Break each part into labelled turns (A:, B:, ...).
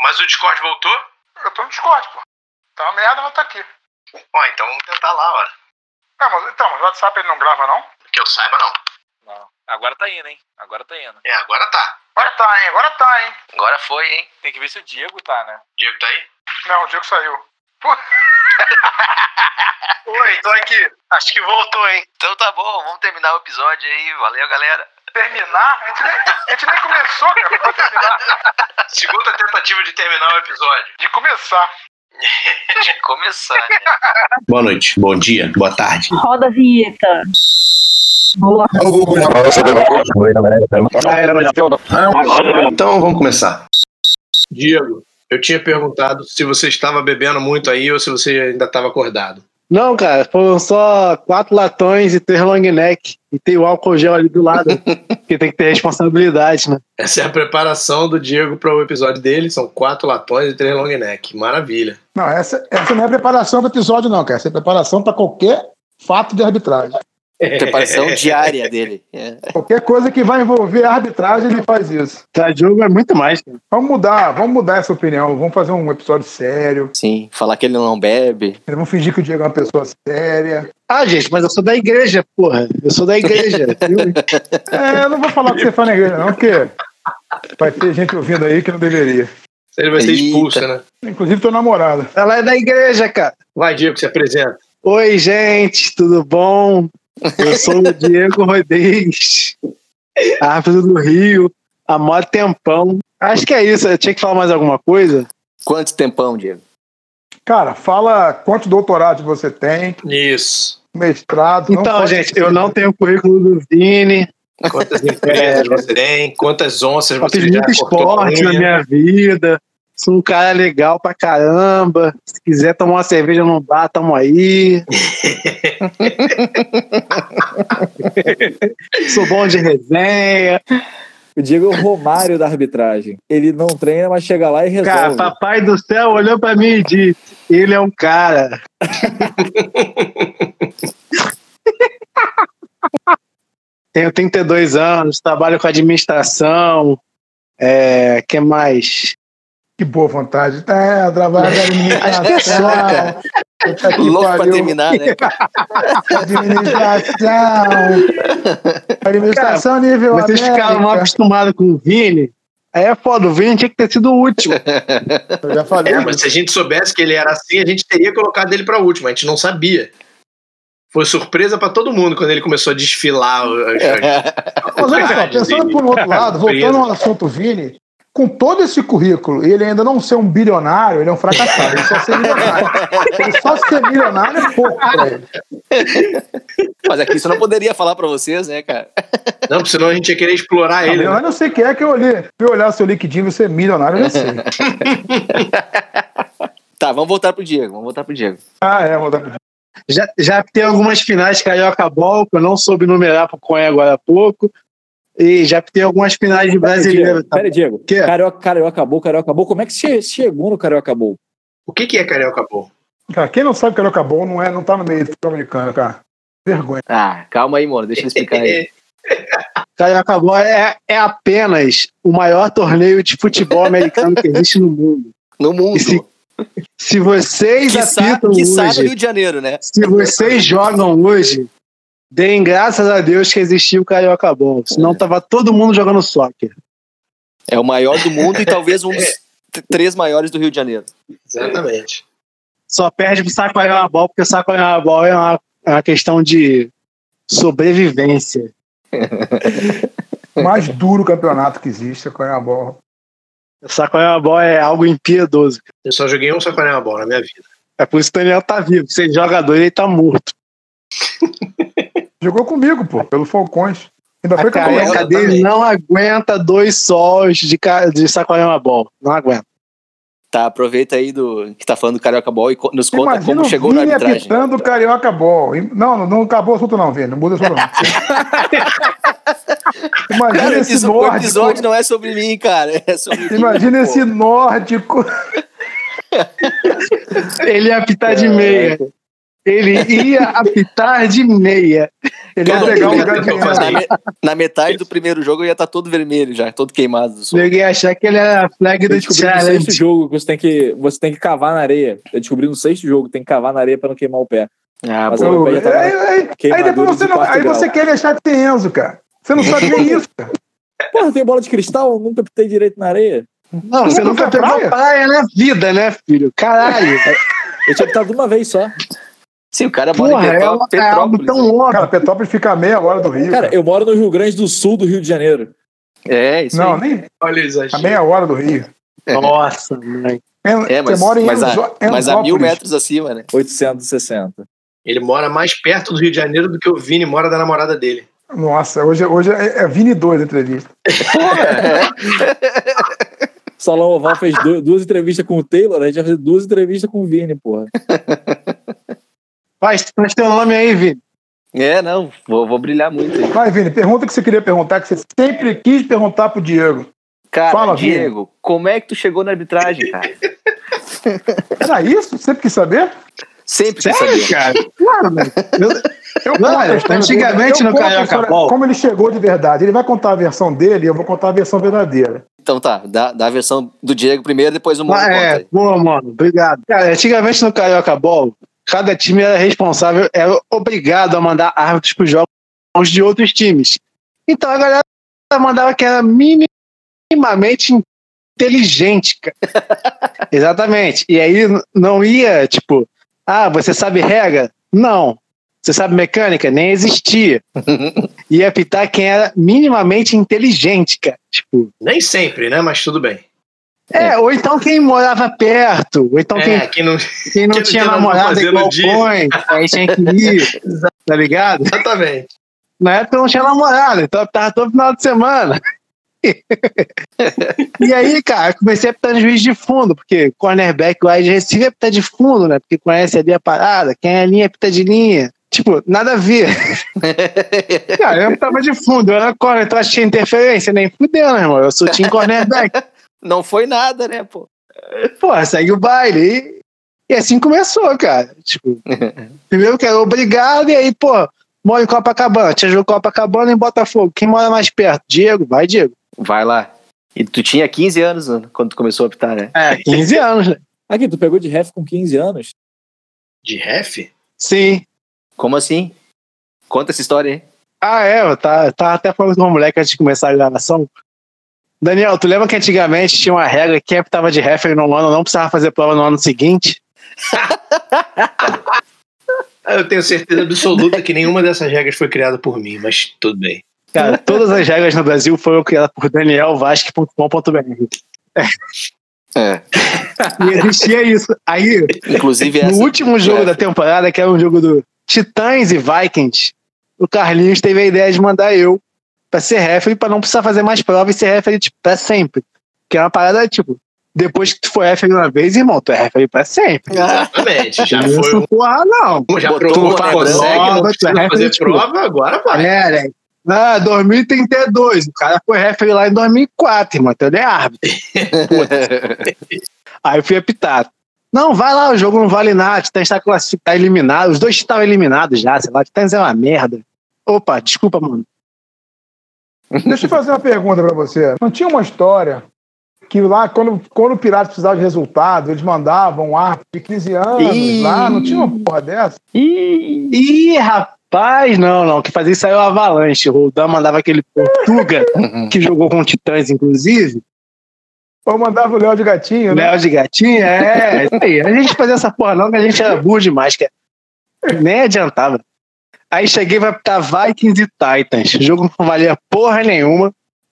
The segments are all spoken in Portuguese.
A: Mas o Discord voltou?
B: Eu tô no Discord, pô. Tá uma merda, mas tá aqui.
A: Ó, então vamos tentar lá, ó.
B: Não, mas, então, mas o WhatsApp ele não grava, não?
A: Que eu saiba, não.
C: Não. Agora tá indo, hein? Agora tá indo.
A: É, agora tá.
B: Agora tá, hein? Agora tá, hein?
A: Agora foi, hein?
C: Tem que ver se o Diego tá, né?
A: Diego tá aí?
B: Não, o Diego saiu.
A: Oi,
B: então é
A: tô aqui. Acho que voltou, hein? Então tá bom, vamos terminar o episódio aí. Valeu, galera.
B: Terminar? A gente nem, a gente nem começou, cara. Não vai terminar.
A: Segunda tentativa de terminar o episódio.
B: De começar.
A: De começar, né?
D: Boa noite, bom dia, boa tarde.
E: Roda a vinheta. Boa.
D: Então vamos começar.
F: Diego, eu tinha perguntado se você estava bebendo muito aí ou se você ainda estava acordado.
G: Não, cara, foram só quatro latões e três long neck. E tem o álcool gel ali do lado. porque tem que ter responsabilidade, né?
F: Essa é a preparação do Diego para o episódio dele. São quatro latões e três long neck. Maravilha.
H: Não, essa, essa não é preparação para episódio, não, cara. Essa é preparação para qualquer fato de arbitragem.
I: Preparação diária dele. É.
H: Qualquer coisa que vai envolver a arbitragem, ele faz isso.
G: Tá, jogo é muito mais. Cara.
H: Vamos mudar, vamos mudar essa opinião. Vamos fazer um episódio sério.
I: Sim, falar que ele não bebe.
H: Vamos fingir que o Diego é uma pessoa séria.
G: Ah, gente, mas eu sou da igreja, porra. Eu sou da igreja. viu?
H: É, eu não vou falar o que você faz na igreja, não, porque vai ter gente ouvindo aí que não deveria.
F: Ele vai ser
I: Eita.
F: expulso, né?
H: Inclusive, teu namorado.
G: Ela é da igreja, cara.
F: Vai, Diego, se apresenta.
G: Oi, gente, tudo bom? Eu sou o Diego Rodrigues, árbitro do Rio, há mó tempão. Acho que é isso. Eu tinha que falar mais alguma coisa?
I: Quanto tempão, Diego?
H: Cara, fala quanto doutorado você tem,
F: Isso.
H: mestrado. não
G: Então,
H: pode
G: gente,
H: ser.
G: eu não tenho o currículo do Vini.
F: Quantas empresas É, você tem? Quantas onças
G: Eu
F: você
G: fiz
F: já
G: muito
F: cortou a
G: esporte na
F: unha?
G: minha vida. Sou um cara legal pra caramba. Se quiser tomar uma cerveja num bar, tamo aí. Sou bom de resenha.
J: O Diego é o Romário da arbitragem. Ele não treina, mas chega lá e
G: Cara,
J: resolve.
G: papai do céu olhou pra mim e disse: Ele é um cara. Tenho 32 anos, trabalho com administração. É, que mais?
H: Que boa vontade. É, trabalho de administração. Puta que
I: Louco pra
H: pariu.
I: terminar, né?
H: Administração. Administração nível
G: Vocês ficaram mal
H: América.
G: acostumados com o Vini. Aí é foda, o Vini tinha que ter sido o último.
H: Eu já falei.
F: É, mas se a gente soubesse que ele era assim, a gente teria colocado ele pra última. A gente não sabia. Foi surpresa pra todo mundo quando ele começou a desfilar. as-
H: Mas olha só,
F: Verdade,
H: pensando
F: Vini.
H: por um outro lado,
F: Preso.
H: voltando ao assunto Vini, com todo esse currículo, ele ainda não ser um bilionário, ele é um fracassado. Ele só ser milionário. Ele só ser milionário é pouco pra ele.
I: Mas aqui isso eu não poderia falar pra vocês, né, cara?
F: Não, porque senão a gente ia querer explorar
H: Não,
F: ele. né?
H: milionário eu sei quem é que eu olhei. Se eu olhar seu LinkedIn, você é milionário, eu já sei.
I: Tá, vamos voltar pro Diego. Vamos voltar pro Diego.
H: Ah, é, vou dar.
G: Já, já tem algumas finais Carioca Ball, que eu não soube numerar pro Coen agora há pouco. E já tem algumas finais de
H: tá
G: brasileiro.
J: Diego, pera, Diego.
H: É.
G: Quê?
J: Carioca, Carioca Bowl, Carioca Bowl. Como é que você chegou no Carioca Bowl?
F: O que, que é Carioca Bowl?
H: Cara, quem não sabe que era bom não, é, não tá no meio do futebol americano, cara. Vergonha.
I: Ah, calma aí, mano. Deixa ele explicar aí.
G: Carioca Ball é, é apenas o maior torneio de futebol americano que existe no mundo.
I: No mundo.
G: Esse- Se vocês
I: Quiçá,
G: apitam
I: quiçá no
G: hoje,
I: Rio de Janeiro, né?
G: se vocês jogam hoje, deem graças a Deus que existiu o Carioca Ball. Senão tava todo mundo jogando soccer.
I: É o maior do mundo e talvez um dos t- três maiores do Rio de Janeiro.
F: Exatamente.
G: só perde pro Sacoiaba Ball, porque o Sacoiaba Ball é uma, é uma questão de sobrevivência.
H: O mais
F: É.
H: duro campeonato que existe é com a bola.
G: O Sacoiaba Ball é algo impiedoso.
F: Eu só joguei um saconeio bola na minha vida.
G: É por isso que o Daniel tá vivo. Sem jogador, ele tá morto.
H: Jogou comigo, pô, pelo Falcões. Ainda
G: A
H: foi campeão.
G: careca dele não aguenta dois sols de, ca- de Sacoiaba Ball. Não aguenta.
I: Tá, aproveita aí do que tá falando do Carioca Ball e co- nos conta
H: Imagina
I: como
H: o
I: chegou na
H: Vini
I: arbitragem.
H: apitando o Carioca Ball. Não, não, não acabou o assunto não, Vini. Não muda o assunto não. Imagina
I: Cara,
H: esse
I: o
H: nórdico.
I: episódio não é sobre mim, cara. É sobre o Vini,
H: Imagina
I: pô.
H: esse nórdico.
G: Ele ia um apitar de meia. Ele ia apitar de meia.
H: Ele ia
G: Todo
H: pegar o
G: mundo
H: lugar de
G: tentou
H: Neymar.
G: fazer
I: Na, me- na metade do primeiro jogo eu ia estar todo vermelho já, todo queimado do sol.
G: Ninguém achar que ele era a flag
J: Eu descobri no sexto jogo que você tem que, você tem que cavar na areia. Eu descobri no sexto jogo que tem que cavar na areia pra não queimar o pé.
I: Ah,
J: Mas
I: boa.
J: eu-
H: Pô,
J: Vai
H: Aí,
J: já tá
H: aí- aí depois
J: Queimadura
H: você
J: de
H: não,
J: quarto
H: aí
J: grau.
H: você quer deixar de ter Enzo, cara. Você não sabe nem isso.
J: Porra, tem bola de cristal? Eu nunca pitei direito na areia.
G: Não, você
H: Nunca
G: nunca
H: foi
G: pegou
H: praia?
G: praia? na vida, né, filho? Caralho.
J: Eu tinha pitado uma vez só.
I: Sim, assim, o cara mora
G: Porra,
I: em
G: é,
I: Petró-
G: uma- é algo
I: Petrópolis. né?
G: tão óbvio.
H: Cara, Petrópolis fica a meia hora do Rio.
J: Cara, eu moro no Rio Grande do Sul do Rio de Janeiro.
I: É, isso
H: Não,
I: aí.
H: nem
G: Olha É. o exagero.
H: a meia hora do Rio.
G: Nossa, mãe.
I: É, mas,
H: você mora em
I: mas, a,
H: Enzo-
I: mas a mil
H: Enzópolis.
I: metros acima, né?
J: 860.
G: Ele mora mais perto do Rio de Janeiro do que o Vini mora da namorada dele.
H: Nossa, hoje, hoje é, é Vini 2 a entrevista.
J: Salão Oval fez du- duas entrevistas com o Taylor, a gente vai fazer duas entrevistas com o Vini, porra.
G: Faz, faz teu um nome aí, Vini.
I: É, não, vou, vou brilhar muito aí.
H: Vai, Vini, pergunta que você queria perguntar, que você sempre quis perguntar pro Diego.
I: Cara,
H: Fala,
I: Diego, como é que tu chegou na arbitragem, cara?
H: Era isso? Sempre quis saber?
I: Sempre quis saber.
G: cara? Claro, velho.
H: Eu
G: Não,
H: conto a história
G: antigamente
H: dele. Eu
G: no
H: conto a
G: Carioca
H: história-
G: Ball.
H: Como ele chegou de verdade. Ele vai contar a versão dele e eu vou contar a versão verdadeira.
I: Então tá, dá, dá a versão do Diego primeiro, depois o Moro
G: Ah,
I: conta
G: é,
I: aí.
G: boa, mano. Obrigado. Cara, antigamente no Carioca Ball, cada time era responsável, era obrigado a mandar árbitros para os jogos de outros times. Então a galera mandava que era minimamente inteligente, cara. Exatamente. E aí n- não ia, tipo, ah, você sabe regra? Não. Você sabe mecânica? Nem existia. Ia apitar quem era minimamente inteligente, cara. Tipo,
F: Nem sempre, né? Mas tudo bem.
G: é, ou então quem morava perto, ou então
F: É,
G: quem,
F: quem não.
G: quem não
F: quem não
G: tinha
F: tinha nada pra
G: namorada
F: fazer
G: igual
F: no
G: o
F: dia.
G: Põe, aí tinha que ir, tá ligado?
F: Exatamente.
G: Na época eu não tinha namorada, então eu tava todo final de semana. e aí, cara, eu comecei a apitar no juiz de fundo, porque cornerback, wide receiver, é apitar de fundo, né? Porque conhece ali a parada, quem é linha, apita de linha. Tipo, nada a ver. cara, eu tava de fundo, eu era corner, então achei interferência, nem fudeu, né, irmão? Eu sou time cornerback.
I: Não foi nada, né, pô?
G: Porra, segue o baile. E, e assim começou, cara. Tipo, primeiro que era obrigado, e aí, pô, mora em Copacabana, tinha jogo Copacabana em Botafogo. Quem mora mais perto? Diego, vai, Diego.
I: Vai lá. E tu tinha 15 anos né, quando tu começou a apitar, né?
G: É, 15 anos, né?
J: Aqui, tu pegou de ref com 15 anos?
F: De ref?
G: Sim.
I: Como assim? Conta essa história aí.
G: Ah, é, eu tava, tava até falando com uma moleque antes de começar a gravação. Daniel, tu lembra que antigamente tinha uma regra que quem tava de referee no ano não precisava fazer prova no ano seguinte?
F: Ah, Eu tenho certeza absoluta que nenhuma dessas regras foi criada por mim, mas tudo bem.
G: Cara, todas as regras no Brasil foram criadas por danielvasque.com.br.
I: É.
G: E existia isso. Aí,
I: Inclusive
G: No
I: essa.
G: último jogo
I: É.
G: da temporada, que era um jogo do Titãs e Vikings, o Carlinhos teve a ideia de mandar eu pra ser referee, pra não precisar fazer mais prova e ser referee tipo, pra sempre. Que é uma parada, tipo, depois que tu for referee uma vez, irmão, tu é referee pra sempre.
F: Exatamente. Já
G: Não
F: foi
G: essa porra, não.
F: um. Já
I: Botou
F: provou
I: uma
F: que
I: lembrança.
F: consegue, não
G: Prova, tu é
F: precisa fazer
G: referee, tipo,
F: prova, agora vai.
G: é, né? Ah, 2032. O cara foi referee lá em 2004, irmão. Então ele é árbitro. Puta. Aí eu fui apitar. Não, vai lá, o jogo não vale nada. O Titãs tá, classificado, tá eliminado. Os dois estavam eliminados já, sei lá. O Titãs é uma merda. Opa, desculpa, mano.
H: Deixa eu fazer uma pergunta pra você. Não tinha uma história que lá, quando, quando o Pirata precisava de resultado, eles mandavam um árbitro de 15 anos
I: Ih.
H: lá? Não tinha uma porra dessa?
I: Ih,
G: Ih, rapaz, não, não. Que fazia isso aí é o Avalanche. O Roldan mandava aquele Portuga, que jogou com o Titãs, inclusive.
H: Ou mandava o Léo de Gatinho, né?
G: Léo de gatinha, é. isso aí. A gente fazia essa porra não, que a gente era burro demais, que nem adiantava. Aí cheguei pra apitar Vikings e Titans. Jogo que não valia porra nenhuma.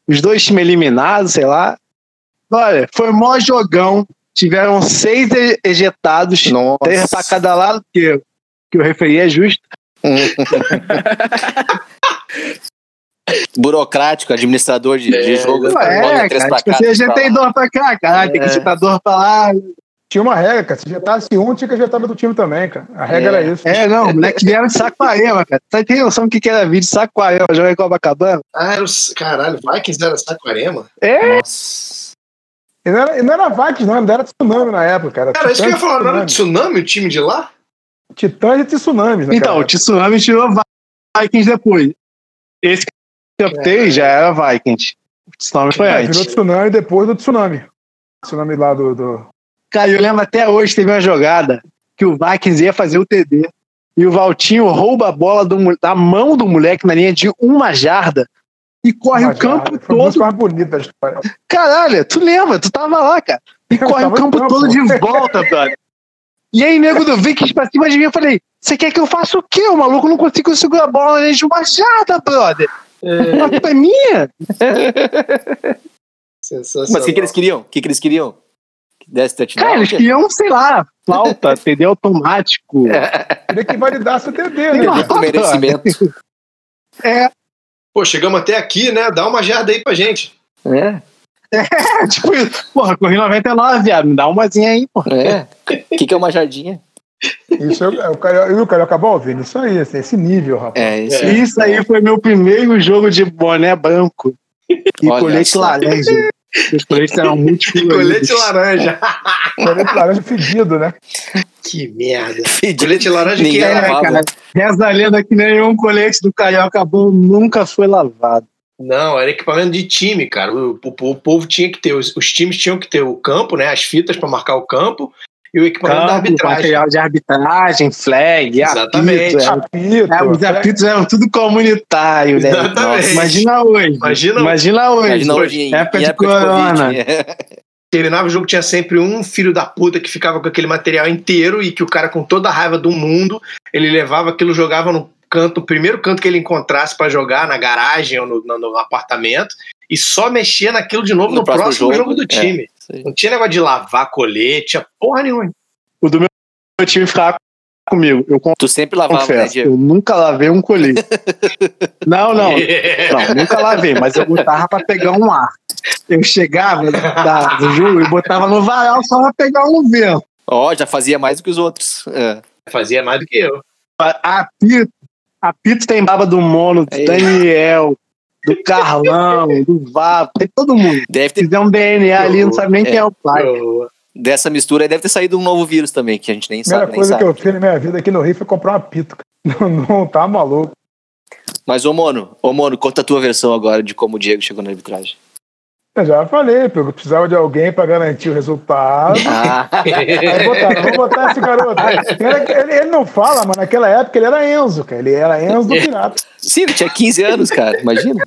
G: Os dois times eliminados, sei lá. Olha, foi mó jogão. Tiveram seis e- ejetados, três pra
I: Nossa.
G: cada lado, que, que eu referi é justo.
I: Burocrático, administrador de, de jogo.
G: É, Ué,
I: Olha,
G: é,
I: três
G: cara,
I: pra É.
G: tipo,
I: cá,
G: você
I: três pra
G: ajeitei
I: lá.
G: dois pra cá, caralho, tem que ajetar dois pra lá.
H: Tinha uma regra, cara. Se jetasse um, tinha que ajetar do time também, cara. A regra
I: É.
H: era isso.
G: É, não, o moleque vieram de Saquarema, cara. Você tem noção do que que era vídeo de Saquarema, jogar em Copacabana?
F: Ah, era o... caralho, Vikings era Saquarema?
I: Nossa.
H: E não era, e não era Vikings, não. Ainda era Tsunami na época, cara.
F: Cara, isso que eu ia falar, não era
H: Titãs
F: Tsunami o time de lá?
H: Titãs e Tsunamis, né,
G: Então,
H: cara?
G: o Tsunami tirou Vikings depois. Esse que eu optei já era Vikings. Esse nome foi
H: É,
G: antes.
H: virou tsunami depois do tsunami. Tsunami lá do. do...
G: Cara, eu lembro até hoje, teve uma jogada que o Vikings ia fazer o TD e o Valtinho rouba a bola do mo- da mão do moleque na linha de uma jarda e corre o
H: Machado.
G: campo
H: Foi muito
G: todo.
H: mais bonita a história.
G: Caralho, tu lembra? Tu tava lá, cara. E
H: Eu
G: corre o
H: tava em
G: campo
H: campo.
G: todo de volta, brother. E aí, nego do Vikings pra cima de mim, eu falei, você quer que eu faça o quê? O maluco não conseguiu segurar a bola na linha de uma jarda, brother. A culpa é minha?
F: Sensacional.
I: Mas o que, que eles queriam? O que, que eles queriam? Que desse touchdown?
G: Cara, eles queriam, sei lá, falta, TD automático.
H: Queria é que validasse o TD, né?
I: Entendeu? Com merecimento.
G: É.
F: Pô, chegamos até aqui, né? Dá uma jarda aí pra gente.
I: É,
G: É, tipo, isso. porra, corri 99, viado, me dá umazinha aí, porra.
I: é. O que, que é uma jardinha?
H: Isso é o- é o Carioca. E o Carioca Ball, Vini? Isso aí, assim, esse nível, rapaz.
I: É, isso aí.
G: Isso aí foi meu primeiro jogo de boné branco e
I: Olha
G: colete
I: só.
G: laranja. Os coletes eram muito
F: E colete laranja.
H: Planeta laranja fedido, né?
F: Que merda.
I: Fedido.
F: Colete laranja que
I: Ninguém
F: é.
I: lavava.
G: Reza a lenda que nenhum colete do Carioca Bom nunca foi lavado.
F: Não, era equipamento de time, cara. O, o- o povo tinha que ter, os, os times tinham que ter o campo, né? As fitas pra marcar o campo e o equipamento da
G: Campo,
F: arbitragem.
G: material de arbitragem, flag,
F: Exatamente.
G: apito. era-
H: Apito.
G: é, os apitos eram tudo comunitário, né?
F: Exatamente.
G: Nossa, imagina hoje.
F: Imagina-
G: Imagina hoje.
I: Imagina hoje em,
G: época
I: em
G: de
I: época de
G: corona.
I: Covid. É.
F: Terminava o jogo, tinha sempre um filho da puta que ficava com aquele material inteiro e que o cara, com toda a raiva do mundo, ele levava aquilo, jogava no canto, o primeiro canto que ele encontrasse pra jogar, na garagem ou no, no- no apartamento, e só mexia naquilo de novo no, próximo, jogo, do
I: é.
F: time.
I: Isso aí.
F: Não tinha negócio de lavar colete, tinha porra nenhuma.
G: O do meu meu time ficava comigo. Eu
I: Tu sempre lavava, né,
G: confesso,
I: Diego?
G: eu nunca lavei um colete. não, não, não, nunca lavei, mas eu botava pra pegar um ar. Eu chegava da, do jogo e botava no varal só pra pegar um vento.
I: Ó, já fazia mais do que os outros. É.
F: Fazia mais do que eu.
G: Apito, apito tem baba do Mono, do
I: Aí.
G: Daniel, do Carlão, do Vapo, tem todo mundo.
I: Deve
G: Se
I: ter,
G: fizer um DNA ali, não sabe nem quem é o pai.
F: Eu-
I: dessa mistura aí deve ter saído um novo vírus também, que a gente nem
H: Primeira
I: sabe, nem
H: coisa que
I: sabe.
H: eu fiz na minha vida aqui no Rio foi comprar um apito. cara. Não, não tá maluco.
I: Mas, ô Mono, ô Mono, conta a tua versão agora de como o Diego chegou na arbitragem.
H: Eu já falei, pô, eu precisava de alguém pra garantir o resultado.
I: Ah,
H: Aí botaram, vamos botar esse garoto. Ele, ele- ele não fala, mas naquela época ele era Enzo, cara. Ele era Enzo do Pirata.
I: sim, ele tinha 15 anos, cara, imagina.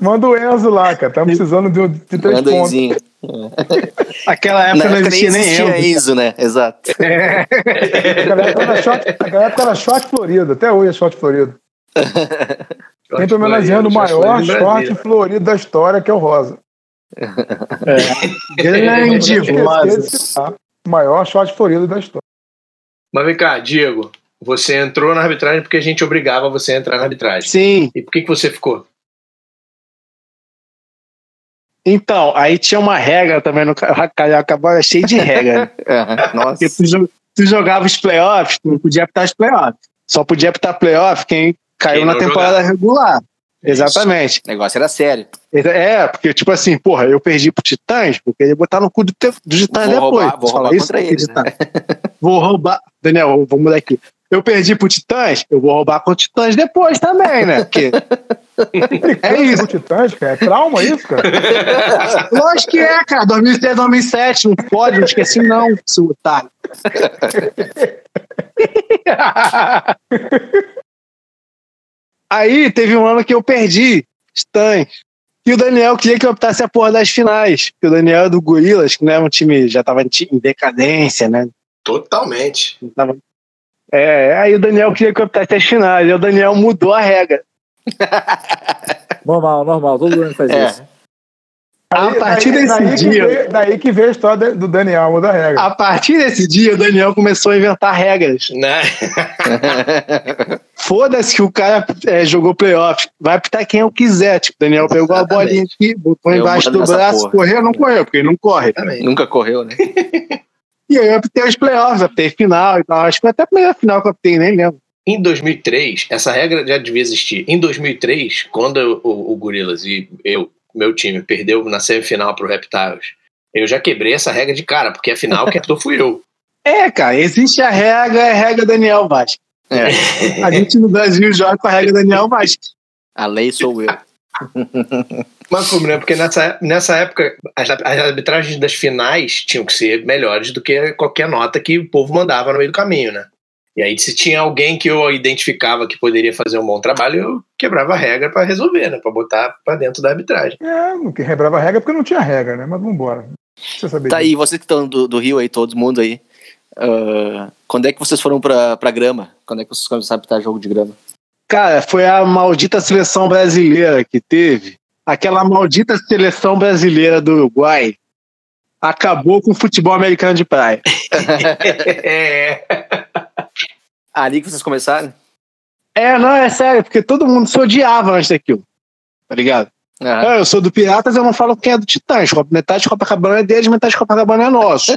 H: Manda o Enzo lá, cara. Tá precisando de, um- de três
I: Manda o
H: pontos.
I: Enzinho.
G: Aquela
I: Na
G: época não
I: época nem
G: existia nem
I: existia
G: eu.
I: Enzo, né? Exato.
H: Naquela época era short, naquela época era short florido. Até hoje é short florido. Tem pelo menos
F: Florido,
H: ano o
F: Jorge Florido
H: maior
F: em
H: short
F: Brasília.
H: florido da história, que é o Rosa.
G: Grande
H: Não podemos
G: voz.
H: esquecer de citar O maior short florido da história.
F: Mas vem cá, Diego, você entrou na arbitragem porque a gente obrigava você a entrar na arbitragem.
G: Sim.
F: E por que, que você ficou?
G: Então, aí tinha uma regra também no Ca- Carioca Ball, era cheio é de regra.
I: Aham, Nossa.
G: Porque tu, jo- tu jogava os playoffs, tu não podia apitar os playoffs. Só podia apitar playoff quem caiu
F: Quem
G: na
F: não
G: temporada regular. Exatamente.
I: O negócio era sério.
G: É, porque, tipo assim, porra, eu perdi pro Titãs, porque ele botar no cu do, te- do Titãs
I: Vou
G: depois.
I: roubar- vou
G: Fala
I: roubar
G: isso,
I: contra
G: porque
I: eles, né?
G: Titãs. Vou roubar. Daniel, vou mudar aqui. Eu perdi pro Titãs, eu vou roubar contra o Titãs depois também, né? Porque
H: É isso. Titãs, cara. É trauma isso, cara?
G: Lógico que é, cara. 2006, 2007, não pode, não esqueci não, seu otário. Aí teve um ano que eu perdi, Stan. E o Daniel queria que eu optasse a porra das finais. Porque o Daniel é do Gorilas, que não era um time, já tava em ti- em decadência, né?
F: Totalmente.
G: Não tava- É, aí o Daniel queria que eu optasse as finais. Aí o Daniel mudou a regra.
J: Normal, normal. Todo mundo faz
I: É.
J: isso.
G: A partir
H: daí,
G: desse
H: daí Que
G: dia.
H: veio, daí que veio a história do Daniel, muda a regra.
G: A partir desse dia, o Daniel começou a inventar regras.
F: Né?
G: Foda-se que o cara é, jogou playoff. Vai apitar quem eu quiser. Tipo, Daniel pegou a
I: Exatamente.
G: bolinha aqui, botou
I: Eu
G: embaixo
I: mando
G: do
I: nessa
G: braço,
I: porra.
G: correu, não correu, porque ele não corre.
I: Nunca correu, né?
G: E aí eu apitei os playoffs, apitei final e tal. Acho que foi até a primeira final que eu apitei, nem lembro.
F: Em 2003, essa regra já devia existir. Em 2003, quando o, o Gorilas e eu, meu time, perdeu na semifinal pro Reptiles, eu já quebrei essa regra de cara, porque afinal quem apitou fui eu.
G: É, cara, existe a regra, é a regra Daniel Vasco.
I: É,
G: A gente no Brasil joga com a regra Daniel Vaz.
I: a lei sou eu.
F: Mas como, né? Porque nessa, nessa época as, as arbitragens das finais tinham que ser melhores do que qualquer nota que o povo mandava no meio do caminho, né? E aí, se tinha alguém que eu identificava que poderia fazer um bom trabalho, eu quebrava a regra pra resolver, né? Pra botar pra dentro da arbitragem.
H: É, não que quebrava a regra porque não tinha regra, né? Mas vambora. Você saber
I: Tá
H: disso.
I: aí, vocês que estão do, do Rio aí, todo mundo aí. ah, quando é que vocês foram pra, pra grama? Quando é que vocês começaram a apitar jogo de grama?
G: Cara, foi a maldita seleção brasileira que teve. Aquela maldita seleção brasileira do Uruguai acabou com o futebol americano de praia.
F: é,
I: Ali que vocês começaram?
G: É, não, é sério, porque todo mundo se odiava antes daquilo. Tá ligado?
I: Ah,
G: Ah, eu sou do Piratas, eu não falo quem é do Titãs. Copa- Metade de Copacabana é deles, metade de Copacabana é nosso.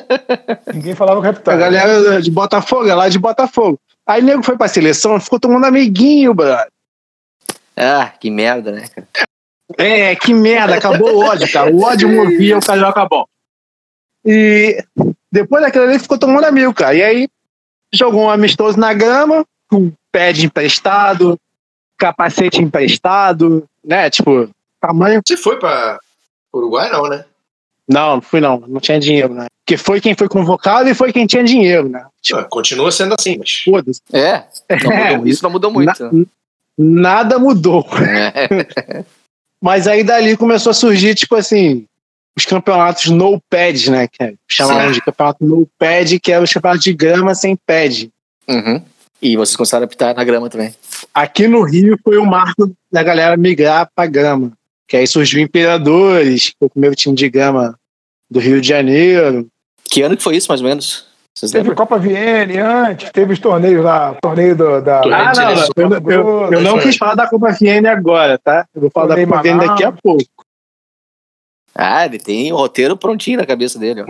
H: Ninguém falava o
G: A
H: capitão.
G: galera de Botafogo é lá de Botafogo. Aí o nego foi pra seleção, ficou todo mundo amiguinho, brother.
I: ah, que merda, né? cara?
G: É, que merda, acabou o ódio, cara. O ódio movia o Carioca bom. E depois daquilo ali ficou todo mundo amigo, cara. E aí jogou um amistoso na grama, com pé de emprestado, capacete emprestado, né? Tipo, tamanho
F: Você foi pra Uruguai, não, né?
G: Não, não fui não, não tinha dinheiro, né? Porque foi quem foi convocado e foi quem tinha dinheiro, né?
F: Ah, continua sendo assim, mas.
G: Foda-se.
I: É, não mudou- isso não mudou muito.
G: Na- nada mudou.
I: né? É.
G: Mas aí dali começou a surgir, tipo assim, os campeonatos no pad, né? Que é- chamaram de campeonato no pad, que era os campeonatos de grama sem pad.
I: Uhum. E vocês começaram a apitar na grama também.
G: Aqui no Rio foi o marco da galera migrar pra grama. Que aí surgiu o Imperadores, que foi o primeiro time de grama do Rio de Janeiro.
I: Que ano que foi isso, mais ou menos? Vocês lembram?
H: Teve Copa Viene antes, teve os torneios lá, torneio do, da.
F: Torneio de
I: né?
H: da-
F: seleção.
H: do-
G: Ah, Eu, eu- eu
F: Isso
G: não
F: aí.
G: quis falar da Copa FN agora, tá? Eu vou falar da
H: Torneio
G: Copa FN
H: Manaus.
G: daqui a pouco.
I: Ah, ele tem o roteiro prontinho na cabeça dele. Ó.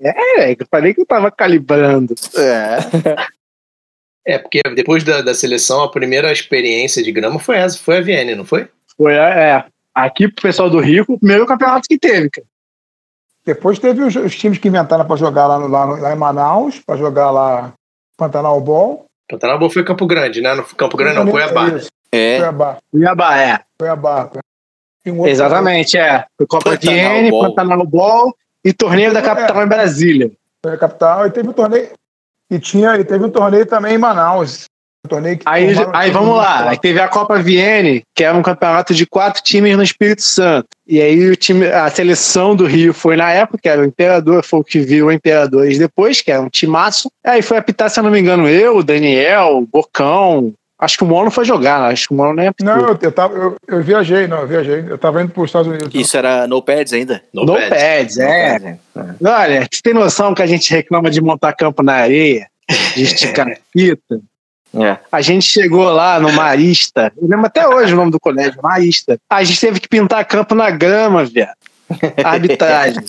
G: É, eu falei que eu tava calibrando.
I: É.
F: É, porque depois da, da seleção, a primeira experiência de grama foi essa, foi a Vienne, não foi?
G: Foi, é. Aqui pro pessoal do Rio, foi o primeiro campeonato que teve, cara.
H: Depois teve os, os times que inventaram pra jogar lá, no, lá, no- lá em Manaus, pra jogar lá Pantanal Ball.
F: Pantanal foi Campo Grande, né? Não, foi Campo Grande não, foi a Barra.
H: Isso,
I: É.
H: Cuiabá.
G: Cuiabá, é.
H: Cuiabá. E um outro-
G: Exatamente, é. Foi Copa É.
I: Pantanal
G: Viene,
I: Ball.
G: Pantanal Ball e torneio da capital em Brasília.
H: Foi a capital. E teve um torneio. E tinha, e teve um torneio também em Manaus. Um torneio que
G: Aí,
H: formaram-
G: aí vamos lá, aí teve a Copa Viene, que era um campeonato de quatro times no Espírito Santo. E aí o time, a seleção do Rio foi na época, que era o Imperador, foi o que viu o Imperadores depois, que era um timaço. Aí foi apitar, se eu não me engano, eu, o Daniel, o Bocão. Acho que o Mono foi jogar, né? acho que o Mono nem apitou.
H: Não, eu, eu, tava, eu, eu viajei, não, eu viajei. Eu tava indo para os Estados Unidos.
I: Isso era no pads ainda? né?
G: No, pads. é. Olha, você tem noção que a gente reclama de montar campo na areia, de esticar a fita?
I: É.
G: A gente chegou lá no Marista, eu lembro até hoje o nome do colégio, Marista. A gente teve que pintar campo na grama, velho. Arbitragem.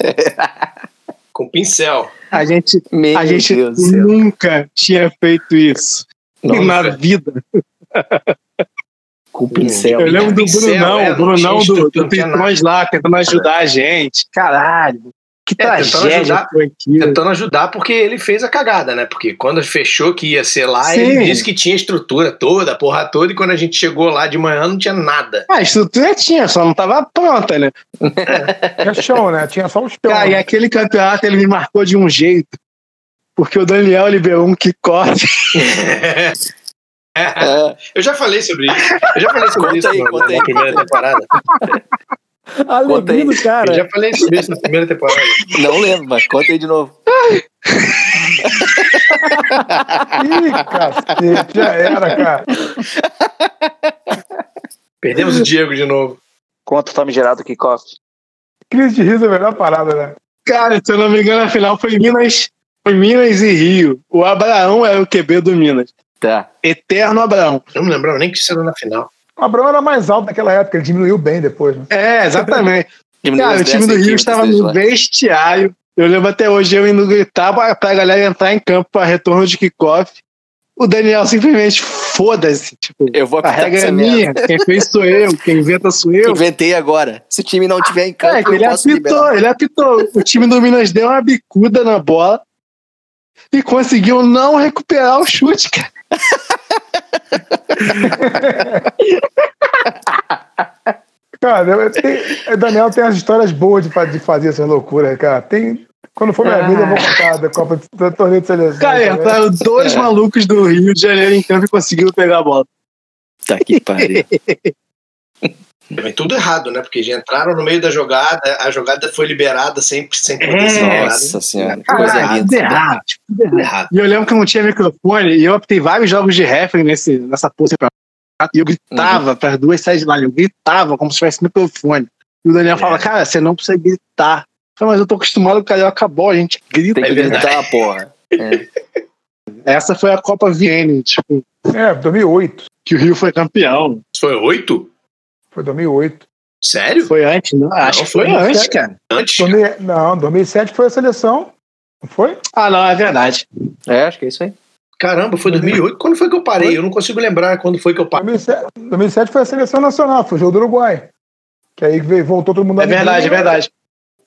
F: Com pincel.
G: A gente,
I: Meu
G: a gente
I: Deus do céu.
G: nunca tinha feito isso
F: Nossa.
G: na vida.
I: Com o pincel.
G: Eu lembro do
F: Pincel,
G: Brunão,
F: é,
G: o
F: não
G: Brunão
F: tinha
G: do,
F: estrutura,
G: do
F: não tinha
G: Pitões lá, tentando ajudar a gente. Caralho, que
F: É, tentando
G: tragédia
F: ajudar.
G: foi aquilo.
F: Tentando ajudar, porque ele fez a cagada, né? Porque quando fechou que ia ser lá,
G: Sim.
F: ele disse que tinha estrutura toda, a porra toda, e quando a gente chegou lá de manhã não tinha nada.
G: Ah, a estrutura tinha, só não tava pronta, né?
H: Tinha chão, né? Tinha só o chão.
G: Cara, e aquele campeonato ele me marcou de um jeito. Porque o Daniel liberou um kickoff.
I: É.
F: Eu já falei sobre isso. Eu já falei sobre
I: Conta
F: isso
I: aí,
F: na,
I: conta
F: na
I: aí.
F: primeira temporada.
J: A
I: Conta aí.
J: alegria do cara.
F: Eu já falei sobre isso na primeira temporada.
I: Não lembro, mas conta aí de novo.
H: Ih, cacete, já era, cara.
F: Perdemos o Diego de novo.
K: Quanto tá me gerado kickoff?
H: Crise de riso é a melhor parada, né?
G: Cara, se eu não me engano, a final foi Minas, foi Minas e Rio. O Abraão era o QB do Minas.
I: Tá.
G: Eterno Abraão.
F: Eu não lembrava nem que isso era na final.
H: O Abraão era mais alto naquela época, ele diminuiu bem depois, né?
G: É, exatamente.
I: Diminuiu
G: Cara,
I: os
G: o
I: 10
G: time do Rio
I: centímetros
G: estava
I: deles
G: no
I: lá.
G: vestiário. Eu lembro até hoje eu indo gritar pra, pra galera entrar em campo pra retorno de kickoff. O Daniel simplesmente foda-se. Tipo,
I: Eu vou
G: a
I: apitar
G: regra
I: essa
G: é
I: merda.
G: minha. Quem fez sou eu. Quem inventa sou eu.
I: Inventei agora. Se o time não tiver em campo,
G: É, que
I: eu
G: ele
I: posso
G: apitou,
I: liberar.
G: ele apitou. O time do Minas deu uma bicuda na bola. e conseguiu não recuperar o chute, cara.
H: Cara, eu- eu tenho- o Daniel tem as histórias boas de, fa- de fazer essas loucuras, cara. Tem, quando for minha vida, eu
G: Ah.
H: vou contar da Copa de- da Torneio de Seleção. É,
G: Cara,
H: cara.
G: entraram dois malucos do Rio de Janeiro em campo e conseguiram pegar a bola.
I: Tá que pariu.
F: Foi tudo errado, né? Porque já entraram no meio da jogada, a jogada foi liberada sem, sem proteção.
I: Nossa senhora, que coisa
G: Caralho,
I: linda.
G: tudo errado, tipo, tudo errado.
D: Tudo errado.
G: E eu lembro que eu não tinha microfone e eu optei vários jogos de refre nesse, nessa porra. E eu gritava para as duas sidelines, eu gritava como se tivesse microfone. E o Daniel fala, cara, você não precisa gritar. Eu falei, mas eu tô acostumado com o Carioca Ball, a gente grita.
I: Tem que
F: É verdade.
I: gritar, porra.
G: Essa foi a Copa Vienne, tipo,
H: É, 2008.
G: que o Rio foi campeão.
D: Foi oito?
H: Foi 2008.
D: Sério?
G: Foi antes, não? Acho
D: Não,
G: que foi,
D: foi antes,
G: antes, cara.
D: Antes?
H: Domi- Não, 2007 foi a seleção. Não foi?
G: Ah, não, é verdade.
I: É, acho que é isso aí.
F: Caramba, foi 2008? Quando foi que eu parei? Eu não consigo lembrar quando foi que eu parei.
H: 2007, 2007 foi a seleção nacional, foi o jogo do Uruguai. Que aí veio- voltou todo mundo
G: É verdade, é
H: Argentina,
G: verdade.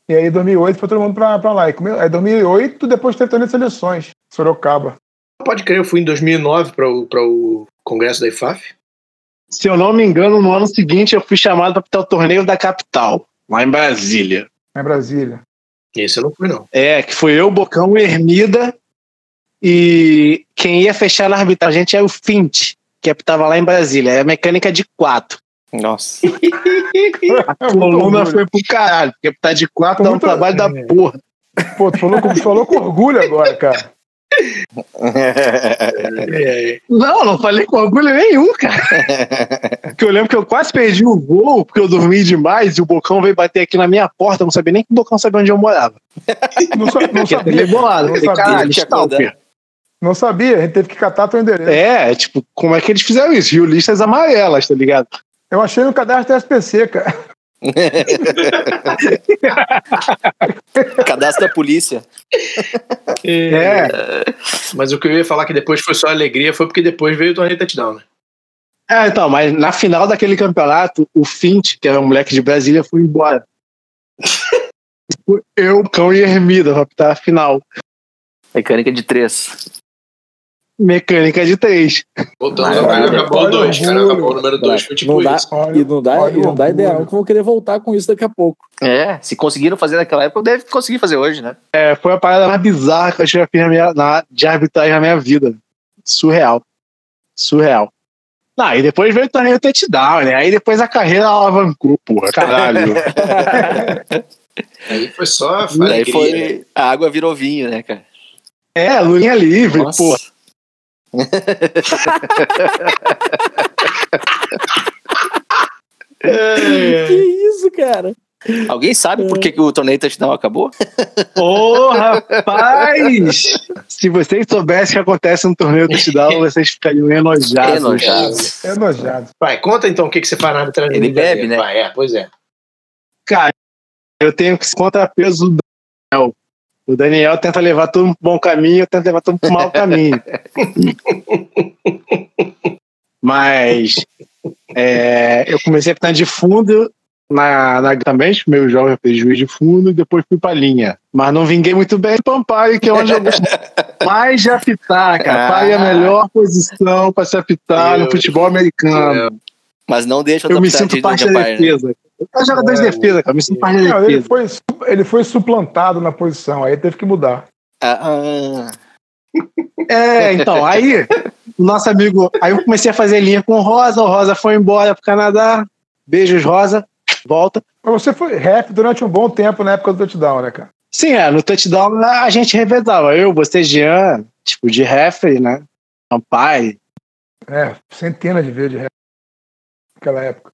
H: E aí 2008 foi todo mundo pra, pra lá. E come- Aí 2008 depois teve também seleções. Sorocaba.
F: Pode crer, eu fui em 2009 para o, pra o congresso da IFAF.
G: Se eu não me engano, no ano seguinte eu fui chamado para apitar o torneio da capital, lá em Brasília.
H: Em né, Brasília.
F: Esse eu não fui, não.
G: É, que foi eu, Bocão e Hermida. E quem ia fechar na arbitragem a gente era o Fint, que apitava lá em Brasília. É a mecânica de quatro.
I: Nossa.
G: A
H: É, muito
G: coluna
H: orgulho.
G: foi pro caralho, porque apitar de quatro
H: Foi
G: dá um
H: muito-
G: trabalho da
F: é.
G: porra.
H: Pô, tu falou, com, tu falou com orgulho agora, cara.
F: É,
G: Não, não falei com orgulho nenhum, cara. Porque eu lembro que eu quase perdi o gol, porque eu dormi demais e o Bocão veio bater aqui na minha porta. Eu não sabia nem que o Bocão sabia onde eu morava.
H: Não, sa- não
G: Porque eu fiquei
H: sabia.
G: bolado.
H: Não
G: Eu Falei,
H: sabia.
G: caralho,
I: Ele tinha
G: Stauper.
H: Não sabia, a gente teve que catar teu endereço.
G: É, tipo, como é que eles fizeram isso? Rio Listas amarelas, tá ligado?
H: Eu achei no cadastro da SPC, cara.
I: Cadastro da polícia.
G: É.
F: mas o que eu ia falar que depois foi só alegria foi porque depois veio o torneio touchdown, né?
G: É, então, mas na final daquele campeonato, o Fint, que era um moleque de Brasília, foi embora. Eu, Cão e Hermida, pra apitar a final.
I: Mecânica de três.
G: Mecânica de três.
F: Voltamos
I: Ah,
F: ao Carioca
H: olha,
F: Bowl
H: olha,
F: 2.
H: olha.
F: Carioca Bowl número 2 foi tipo
J: Não dá,
F: isso.
J: e não dá,
H: olha
J: e não
H: o
J: dá
H: orgulho.
J: ideia não que vão querer voltar com isso daqui a pouco.
I: É, se conseguiram fazer naquela época, deve conseguir fazer hoje, né?
G: É, foi a parada mais bizarra que eu já fiz na minha, na- de arbitragem na minha vida. Surreal. Surreal. Ah, e depois veio o torneio touchdown, né? Aí depois a carreira alavancou, porra. Caralho.
F: Aí foi só
I: Daí
F: alegria. Foi...
I: foi. A água virou vinho, né, cara?
G: é, Lulinha livre,
I: Nossa.
G: porra.
H: É.
G: É.
J: Que isso, cara?
I: Alguém sabe por que, que o torneio touchdown acabou?
G: Ô, rapaz! Se vocês soubessem o que acontece no torneio do Tidal, vocês ficariam enojados.
I: Enojado.
H: É nojado.
F: Vai, conta então o que, que você faz na arbitragem.
I: Ele
F: do Rio de
I: bebe,
F: Janeiro.
I: né?
F: Vai, é, pois é.
G: Cara, eu tenho que esse contrapeso do Daniel. O Daniel tenta levar todo mundo pro bom caminho, eu tento levar todo mundo pro mau caminho. Mas é, eu comecei a apitar de fundo na, na também, os meus jogos eu fiz juiz de fundo e depois fui pra linha. Mas não vinguei muito bem em Pampari, que é onde eu gosto mais de apitar, cara. Pai é a melhor posição pra se apitar no
F: Meu
G: futebam americano.
I: Mas não deixa
G: Eu me
I: adaptar de
G: sinto
I: Ninja
G: parte da
I: Empire, né?
G: defesa. Eu jogo dois defesa, cara. Eu me sinto parte da
H: Não, ele,
G: defesa.
H: foi, su- ele foi suplantado na posição, aí teve que mudar.
I: Ah, ah.
G: É, então, aí o nosso amigo. Aí eu comecei a fazer linha com o Rosa, o Rosa foi embora pro Canadá. Beijos, Rosa. Volta.
H: Mas você foi rap durante um bom tempo na época do touchdown, né, cara?
G: Sim, é, no touchdown a gente revezava. Eu, você, Jean, tipo, de referee, né? Pai.
H: É, centenas de vezes de rap naquela época.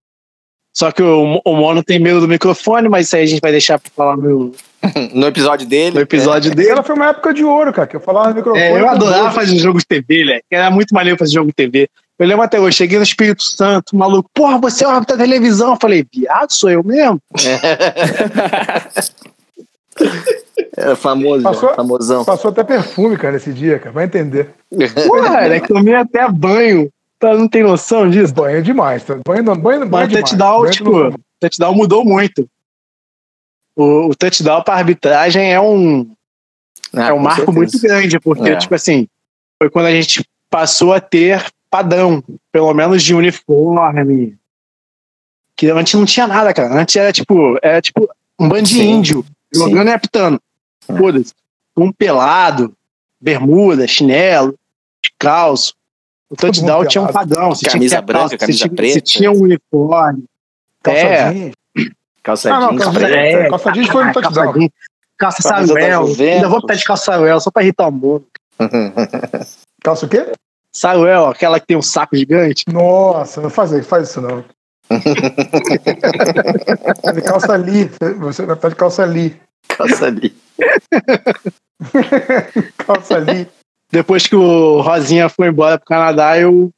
G: Só que o, o Mono tem medo do microfone, mas isso aí a gente vai deixar pra falar no,
I: Hum, No episódio
G: no
I: dele.
G: episódio dele.
H: Aquela foi uma época de ouro, cara, que eu falava no microfone.
G: É, eu
H: com
G: adorava
H: gosto.
G: fazer jogo de TV, né? Era muito maneiro fazer jogo de TV. Eu lembro até hoje, cheguei no Espírito Santo, o maluco, porra, você é o árbitro da televisão. Eu falei, viado, sou eu mesmo?
I: É, famoso,
H: Passou?
I: famosão.
H: Passou até perfume, cara, nesse dia, cara. Vai entender.
G: Porra, é ele tomei até banho. Tá, não tem noção disso?
H: Banho é demais. tá? Banho, não, banho, banho
G: Mas
H: é
G: o
H: demais.
G: touchdown,
H: Banho
G: tipo,
H: não-
G: o touchdown mudou muito. O, o touchdown pra arbitragem é um,
I: Ah,
G: é um
I: com
G: marco
I: certeza.
G: muito grande, porque,
I: É.
G: tipo assim, foi quando a gente passou a ter padrão, pelo menos de uniforme. Que antes não tinha nada, cara. Antes era tipo, era tipo um bando de
I: Sim.
G: índio
I: Sim. É.
G: jogando e apitando. Foda-se. Um pelado, bermuda, chinelo, calço. O touchdown
H: mundo
G: tinha um
H: pelado.
G: padrão. Você tinha que
I: Camisa
G: ter
I: branca,
G: calça, você
I: camisa
G: tinha-
I: preta.
G: Você tinha um uniforme. É,
H: Calçadinho.
I: Calça
H: Ah, não,
I: jeans né?
H: calça-
I: preta.
H: é, calça jeans foi no touchdown.
G: calçadinho. Calça
K: Camisa da
G: Samuel. Ainda vou
K: Juventus.
G: botar de calça Samuel, só pra irritar o mundo.
H: Calça o quê?
G: Saruel, aquela que tem um saco gigante.
H: Nossa, não faz, faz isso não. Tá de calça ali. Você vai tá de calça ali.
I: Calça ali.
H: Calça ali.
G: Depois que o Rosinha foi embora pro Canadá, eu,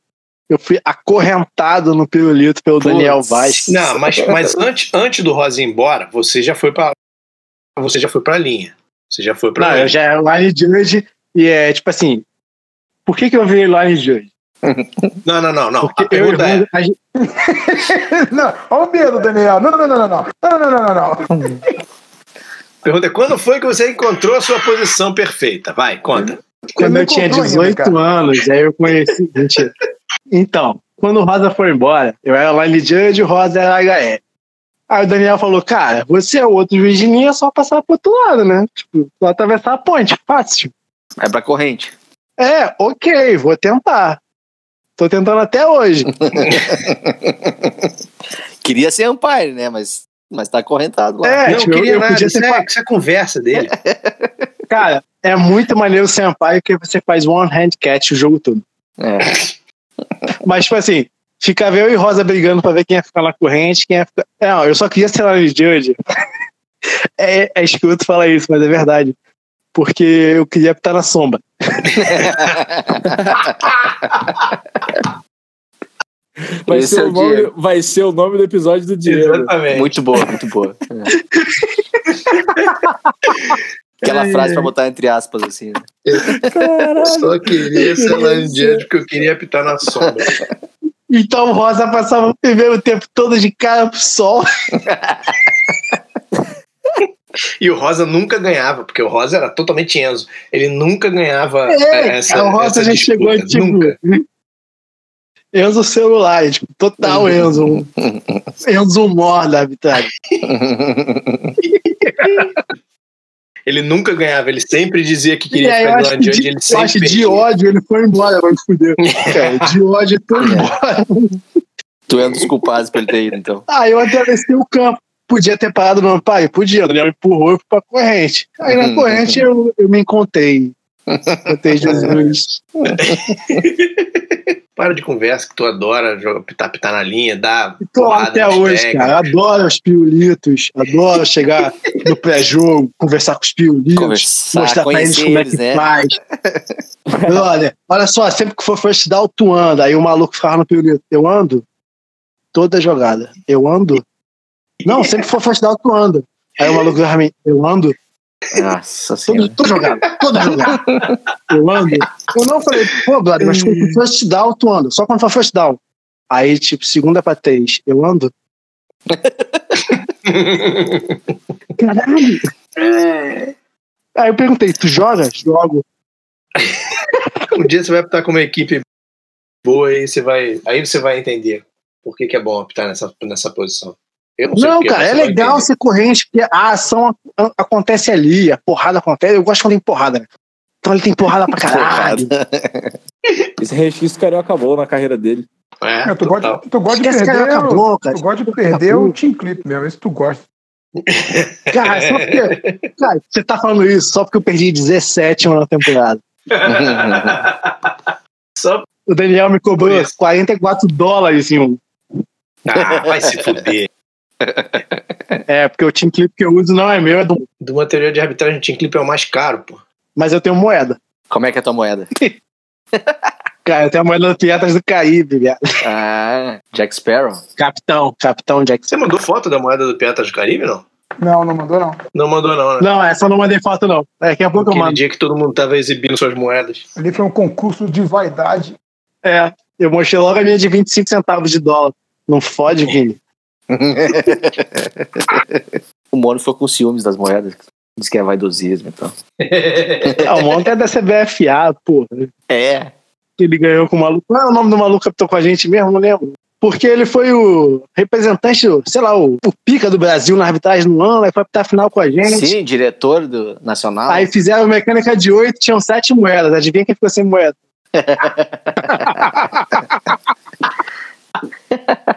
G: eu fui acorrentado no pirulito pelo Daniel Vaz.
F: Não, mas, mas antes, antes do Rosa ir embora, você já foi pra. Você já foi pra linha. Você já foi pra
G: Não,
F: linha.
G: eu já era line judge e é tipo assim. Por que, que eu virei line judge?
F: não, não, não, não.
G: Porque
F: a pergunta
G: e o
F: é.
G: Ivan, a gente-
H: Não, olha o medo, Daniel. Não, não, não, não, não. Não, não, não, não, não. não.
F: a Pergunta é quando foi que você encontrou a sua posição perfeita? Vai, conta.
G: quando
F: é
H: não
G: eu
F: né,
G: tinha
H: encontrou ainda,
G: 18
H: cara.
G: anos, aí eu conheci. Mentira. Então, quando o Rosa foi embora, eu era line judge e o Rosa era HE. Aí o Daniel falou, cara, você é outro juiz de linha, é só passar pro outro lado, né? Tipo, só atravessar a ponte, fácil.
I: É pra corrente.
G: É, ok, vou tentar. Tô tentando até hoje.
I: Queria ser umpire, né? Mas, mas tá acorrentado lá.
G: É,
F: não,
G: tipo, eu,
F: queria
G: eu
F: nada.
G: podia
F: Isso
G: ter
F: é,
G: fa-
F: isso é conversa dele.
G: Cara, é muito maneiro ser umpire que você faz one hand catch o jogo todo.
I: É.
G: Mas, tipo assim, ficava eu e Rosa brigando pra ver quem ia ficar na corrente, quem ia ficar. Não, eu só queria ser lá de hoje. É, é escroto falar isso, mas é verdade. Porque eu queria estar na sombra.
J: Vai,
I: Esse
J: ser
I: é
J: o
I: o
J: nome,
I: Diego.
J: vai ser o nome do episódio do Diego.
F: Exatamente.
I: Muito boa, muito boa. É. Aquela frase pra botar entre aspas, assim. né?
F: Só queria ser lá em diante porque eu queria apitar na sombra.
G: Então Rosa passava o primeiro tempo todo de cara pro sol.
F: E o Rosa nunca ganhava, porque o Rosa era totalmente Enzo. Ele nunca ganhava
G: É,
F: essa.
G: o Rosa
F: essa
G: já
F: disputa.
G: chegou tipo.
F: Nunca.
G: Enzo celular, tipo,
F: Uhum.
G: total Enzo. Enzo mor da vitória.
F: Ele nunca ganhava, ele sempre dizia que
G: E
F: queria
G: aí eu
F: ficar do
G: acho
F: lado
G: que
F: de onde
G: de,
F: ele
G: eu acho
F: sempre
G: que de
F: perdia.
G: ódio ele foi embora, vai me fuder. Cara, de ódio ele foi embora.
I: Tu é um dos culpados por ele ter ido, então.
G: Aí Ah, eu atravessei o campo. Podia ter parado no pai? Podia, o Daniel me empurrou e fui pra corrente. Aí
F: Uhum.
G: na corrente eu, eu me encontrei. Encontrei Jesus.
F: Para de conversa que tu adora jogar, pitar, pitar na linha, dar
G: E tô lá
F: porrada
G: até
F: nos
G: hoje,
F: técnicos.
G: cara. Adoro os piolitos. Adoro chegar no pré-jogo, conversar com os piolitos.
I: Conversar,
G: mostrar pra eles
I: conhecer
G: como é
I: eles,
G: que
I: né?
G: faz. Olha, olha só, sempre que for first down, tu anda. Aí o maluco ficava no pirulito. Eu ando? Toda jogada. Eu ando? Não, sempre que for first down, tu anda. Aí o maluco ficava pra mim, eu ando?
I: Nossa
G: Toda,
I: senhora.
G: toda jogada, toda jogada. Eu ando? Eu não falei, pô, brother, mas quando for first down, tu anda. Só quando for first down. Aí, tipo, segunda pra três, eu ando? Caralho! Aí eu perguntei, tu joga? Jogo.
F: Um dia você vai apitar com uma equipe boa e você vai, aí você vai entender por que, que é bom apitar nessa, nessa posição. Eu não, sei
G: Não,
F: por quê,
G: cara,
F: mas
G: é
F: você vai
G: legal
F: entender.
G: ser corrente, porque a Ah, ação a- acontece ali, a porrada acontece. Eu gosto quando tem porrada, né? Então ele tem porrada pra caralho.
J: Esse resquício carioca acabou na carreira dele.
F: É,
H: É, tu, gosta,
F: total.
H: de- tu gosta de
G: Esquece que
H: perder.
G: ela
H: o-
G: acabou, cara.
H: Tu gosta de perder o team clip mesmo. Isso tu gosta.
G: Cara, só porque, cara, você tá falando isso só porque eu perdi 17 na temporada.
F: Só-
G: O Daniel me cobrou
F: Por isso.
G: 44 dólares em um.
F: Ah, vai se fuder.
G: É, porque o team clip que eu uso não é meu, é do.
F: Do material de arbitragem, o Team Clip é o mais caro, pô.
G: Mas eu tenho moeda.
I: Como é que é a tua moeda?
G: Cara, eu tenho a moeda do Piratas do Caribe, viado.
I: Ah, Jack Sparrow.
G: Capitão, Capitão Jackson.
F: Você mandou foto da moeda do Piratas do Caribe, não?
H: Não, não mandou, não.
F: Não mandou, não, né?
G: Não, essa eu não mandei foto, não. Daqui a pouco eu
F: Aquele
G: mando.
F: dia que todo mundo tava exibindo suas moedas.
H: Ali foi um concurso de vaidade.
G: É, eu mostrei logo a minha de 25 centavos de dólar. Não fode, Vini.
I: O Mono ficou com ciúmes das moedas. Diz que é vaidosismo e então.
G: Ah, o Monta é da CBFA, porra.
I: É.
G: Ele ganhou com o maluco. Qual é o nome do maluco que tô com a gente mesmo? Não lembro. Porque ele foi o representante, sei lá, o, o pica do Brasil na arbitragem no ano, aí foi apitar a final com a gente.
I: Sim, diretor do Nacional.
G: Aí fizeram mecânica de oito, tinham sete moedas. Adivinha quem ficou sem moeda?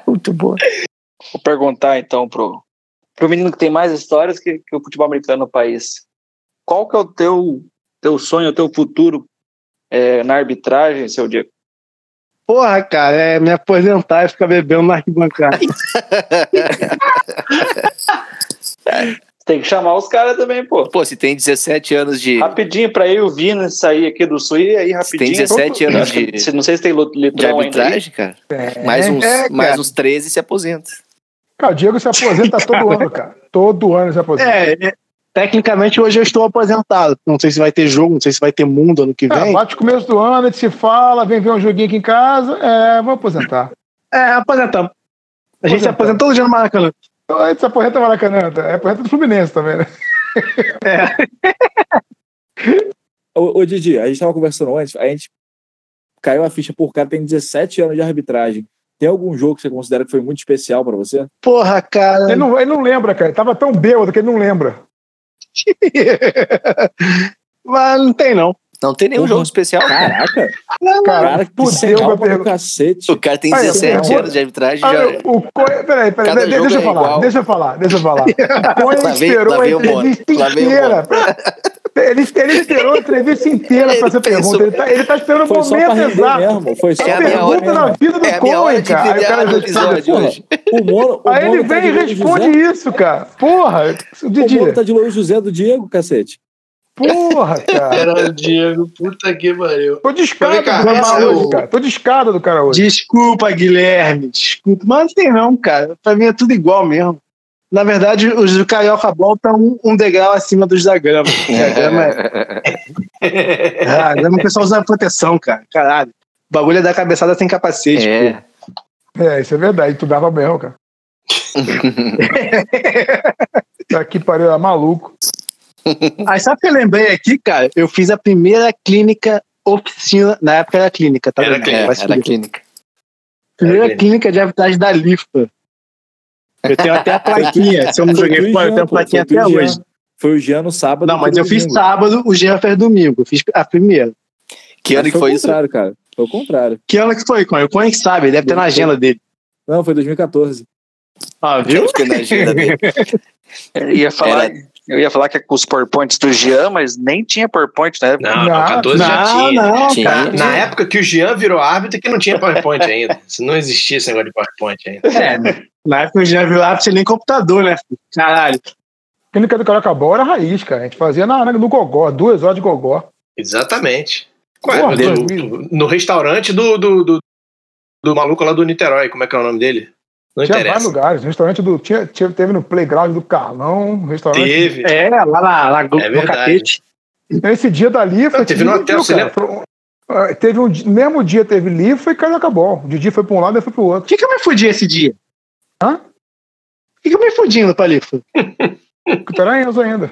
I: Muito bom.
K: Vou perguntar então pro, pro menino que tem mais histórias que, que o futebol americano no país. Qual que é o teu, teu sonho, o teu futuro é, na arbitragem, seu Diego?
G: Porra, cara, é me aposentar e ficar bebendo na arquibancada.
K: Tem que chamar os caras também, pô.
I: Pô, se tem 17 anos de.
K: Rapidinho pra eu e o Vina sair aqui do Sul e aí
I: Se tem
K: rapidinho.
I: 17 anos de,
K: Se- Não sei se tem lut-
G: um
I: de
K: litrão ainda. aí.
I: arbitragem, cara, mais, uns,
H: é,
I: mais
H: cara.
I: uns 13 se aposenta.
H: Cara, o Diego se aposenta todo ano, cara. Todo ano ele se aposenta.
G: É, é, tecnicamente hoje eu estou aposentado. Não sei se vai ter jogo, não sei se vai ter mundo ano que
H: Cara,
G: vem.
H: bate o começo do ano, a gente se fala, vem ver um joguinho aqui em casa, é, vamos aposentar.
G: É, aposentamos. A gente
H: Aposentamos.
G: se aposenta todo dia no Maracanã.
H: Então, a gente se aposenta Maracanã, tá? é aposenta do Fluminense também, né?
J: Ô, ô, Didi, a gente tava conversando antes, a gente caiu a ficha por cara, tem 17 anos de arbitragem. Tem algum jogo que você considera que foi muito especial pra você?
G: Porra, cara.
H: Ele não, ele não lembra, cara. Ele tava tão bêbado que ele não lembra.
G: Mas não tem, não.
I: Não tem nenhum
J: Uhum.
I: jogo especial. Cara.
J: Caraca,
H: Cara,
J: cara, que sem
H: fudeu com a
J: alma do
H: pergunta.
J: cacete.
I: O cara tem
H: Ah, eu
I: 17
H: pergunto.
I: anos de arbitragem
H: Ah,
I: já.
H: eu- o Co- Peraí, peraí,
I: Cada
H: peraí,
I: jogo
H: deixa eu
I: é
H: falar,
I: igual.
H: deixa eu falar, deixa eu falar. O Coen
I: Lá vem-
H: esperou
I: lá
H: a
I: vem o Bono,
H: entrevista
I: lá vem o
H: inteira. Ele, ele esperou a entrevista inteira pra essa
I: Ele pensou-
H: pergunta. Ele tá, ele tá esperando o
J: Foi só pra
H: momento
J: render
H: exato.
J: mesmo. Foi só
I: É a
H: A
J: pra
I: minha hora
H: pergunta
J: render
H: na
J: mesmo.
H: vida do
I: É a minha hora
H: Coen,
I: de
H: cara. Aí o
I: brilhar
H: cara
I: no episódio
H: responde.
I: hoje.
J: O Mono, o
H: Aí ele
J: Mono tá
H: vem e
J: de Louro
H: responde
J: José.
H: isso, cara. Porra, o
J: O
H: Didi.
J: Mono tá de Louro José do Diego, cacete.
H: Porra, cara.
F: Era o Diego, puta que pariu.
H: Tô
F: Falei,
H: discado
F: cara,
H: do
F: essa
H: cara
F: é
H: hoje,
F: o-
H: cara. Tô discado do cara hoje.
G: Desculpa, Guilherme. Desculpa. Mas não tem, não, cara. Pra mim é tudo igual mesmo. Na verdade, os do Carioca Ball estão um, um degrau acima dos da grama. A grama é. Ah, a grama o pessoal usa proteção, cara. Caralho. O bagulho é dar cabeçada sem capacete, pô.
I: É.
H: É, isso é verdade. Tu dava mesmo, cara. Tá que pariu, era maluco.
G: Aí sabe o que eu lembrei aqui, cara? Eu fiz a primeira clínica oficina, na época era clínica, tá
D: Era
G: vendo?
D: clínica,
G: Vai se
I: É, era
G: fuder.
I: clínica.
G: primeira
D: Era
G: clínica de arbitragem da LIFA. Eu tenho até a plaquinha, se eu não
J: Foi
G: joguei
J: tu e
G: fora, eu
J: Jean,
G: tenho a
J: pô, foi
G: plaquinha
J: tu e
G: até
J: Jean.
G: hoje.
J: Foi o Jean no sábado.
G: Não,
J: e
G: mas
J: no
G: eu fiz
J: domingo.
G: sábado, o Jean fez domingo, eu fiz a primeira.
I: Que ano que
J: Mas
I: foi
J: o
I: isso?
J: contrário, cara. Foi o contrário.
G: Que ano que foi, Conha? O Conha que sabe, ele deve ter na agenda dele.
J: Não, foi 2014.
G: Ah, viu?
I: Porque na agenda dele.
K: Eu ia falar, eu ia falar que é com os PowerPoints do Jean, mas nem tinha PowerPoint né? na época.
D: Não,
H: Não,
D: 14 já
G: Não,
D: tinha.
G: não,
I: Tinha.
G: cara.
D: Na, na época que o Jean virou árbitro que não tinha PowerPoint ainda. Se não existia esse negócio de PowerPoint ainda.
G: É, na época o Jean viu lá, você nem computador, né? filho? Caralho.
H: Clínica do Carioca Ball era raiz, cara. A gente fazia na, na- no Gogó, duas horas de Gogó.
D: Exatamente. Ué,
H: Porra,
D: do-
H: dois
D: do- no restaurante do, do, do, do maluco lá do Niterói, como é que é o nome dele? Não
F: é
H: tinha vários
D: interessa.
H: lugares. um Restaurante do. Tinha, tinha- teve no playground do Carlão, um restaurante.
D: Teve.
G: É, lá na, lá no
D: É verdade.
G: catete.
H: Esse dia da Lifa.
D: Não, teve no hotel, você lembra?
H: Teve um, di- mesmo dia teve Lifa e Carioca Ball. O Didi foi pra um lado e eu fui pro
G: O
H: outro.
G: que que eu me fudi esse dia?
H: Hã?
G: O que que eu me fudi no Palifa?
H: Que tu Então era Enzo ainda.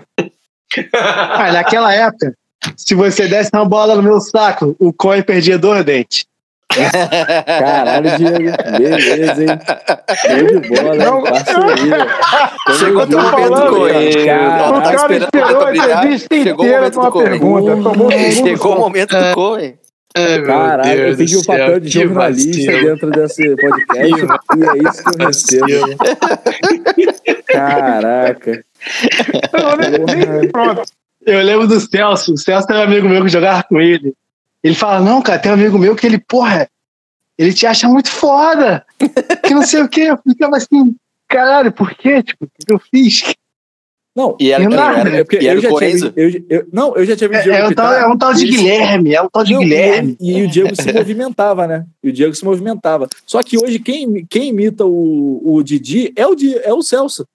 G: Ah, naquela época, se você desse uma bola no meu saco, o Coin perdia dois dentes.
J: Caralho, Diego. Beleza, hein? Show de bola,
H: Não.
J: hein? Parceria.
I: Chegou
H: Eu tô
I: teu momento,
H: falando,
I: Coen.
J: cara.
I: Tava
H: o cara
I: esperando
H: esperou
I: pra
H: a
I: combinar.
H: entrevista
I: Chegou o
H: inteira
I: momento
H: pra uma
I: do Coen.
H: pergunta. Tomou um
J: Porra.
H: segundo
I: Chegou o momento do Coen.
D: Ai, meu
J: Caralho, eu
D: Deus
J: fiz
D: do
J: o papel
D: céu,
J: de
D: que
J: jornalista
D: vacilo.
J: dentro desse podcast e é isso que eu recebo.
D: Vacilo.
J: Caraca.
H: Não, nem- nem- Pronto.
G: Eu lembro do Celso. O Celso era um amigo meu que jogava com ele. Ele fala: Não, cara, tem um amigo meu que ele, porra, ele te acha muito foda. Que não sei o quê. Eu ficava assim, caralho, por quê? Tipo, o que eu fiz?
J: Não,
I: E era,
G: Eu
I: quem?
G: não-
I: era,
J: é porque
I: e era
J: eu
I: o
J: já tinha,
I: Coenzo?
J: eu- eu- Não, eu já tinha visto o
G: É,
J: Diego
G: é um tal,
J: apitar.
G: é um tal de
J: Ele-
G: Guilherme, é um tal de
J: Não, e
G: Guilherme.
J: ele- E, o Diego se movimentava, né? E o Diego se movimentava. Só que hoje quem, quem imita o, o Didi é o, Di- é o Celso.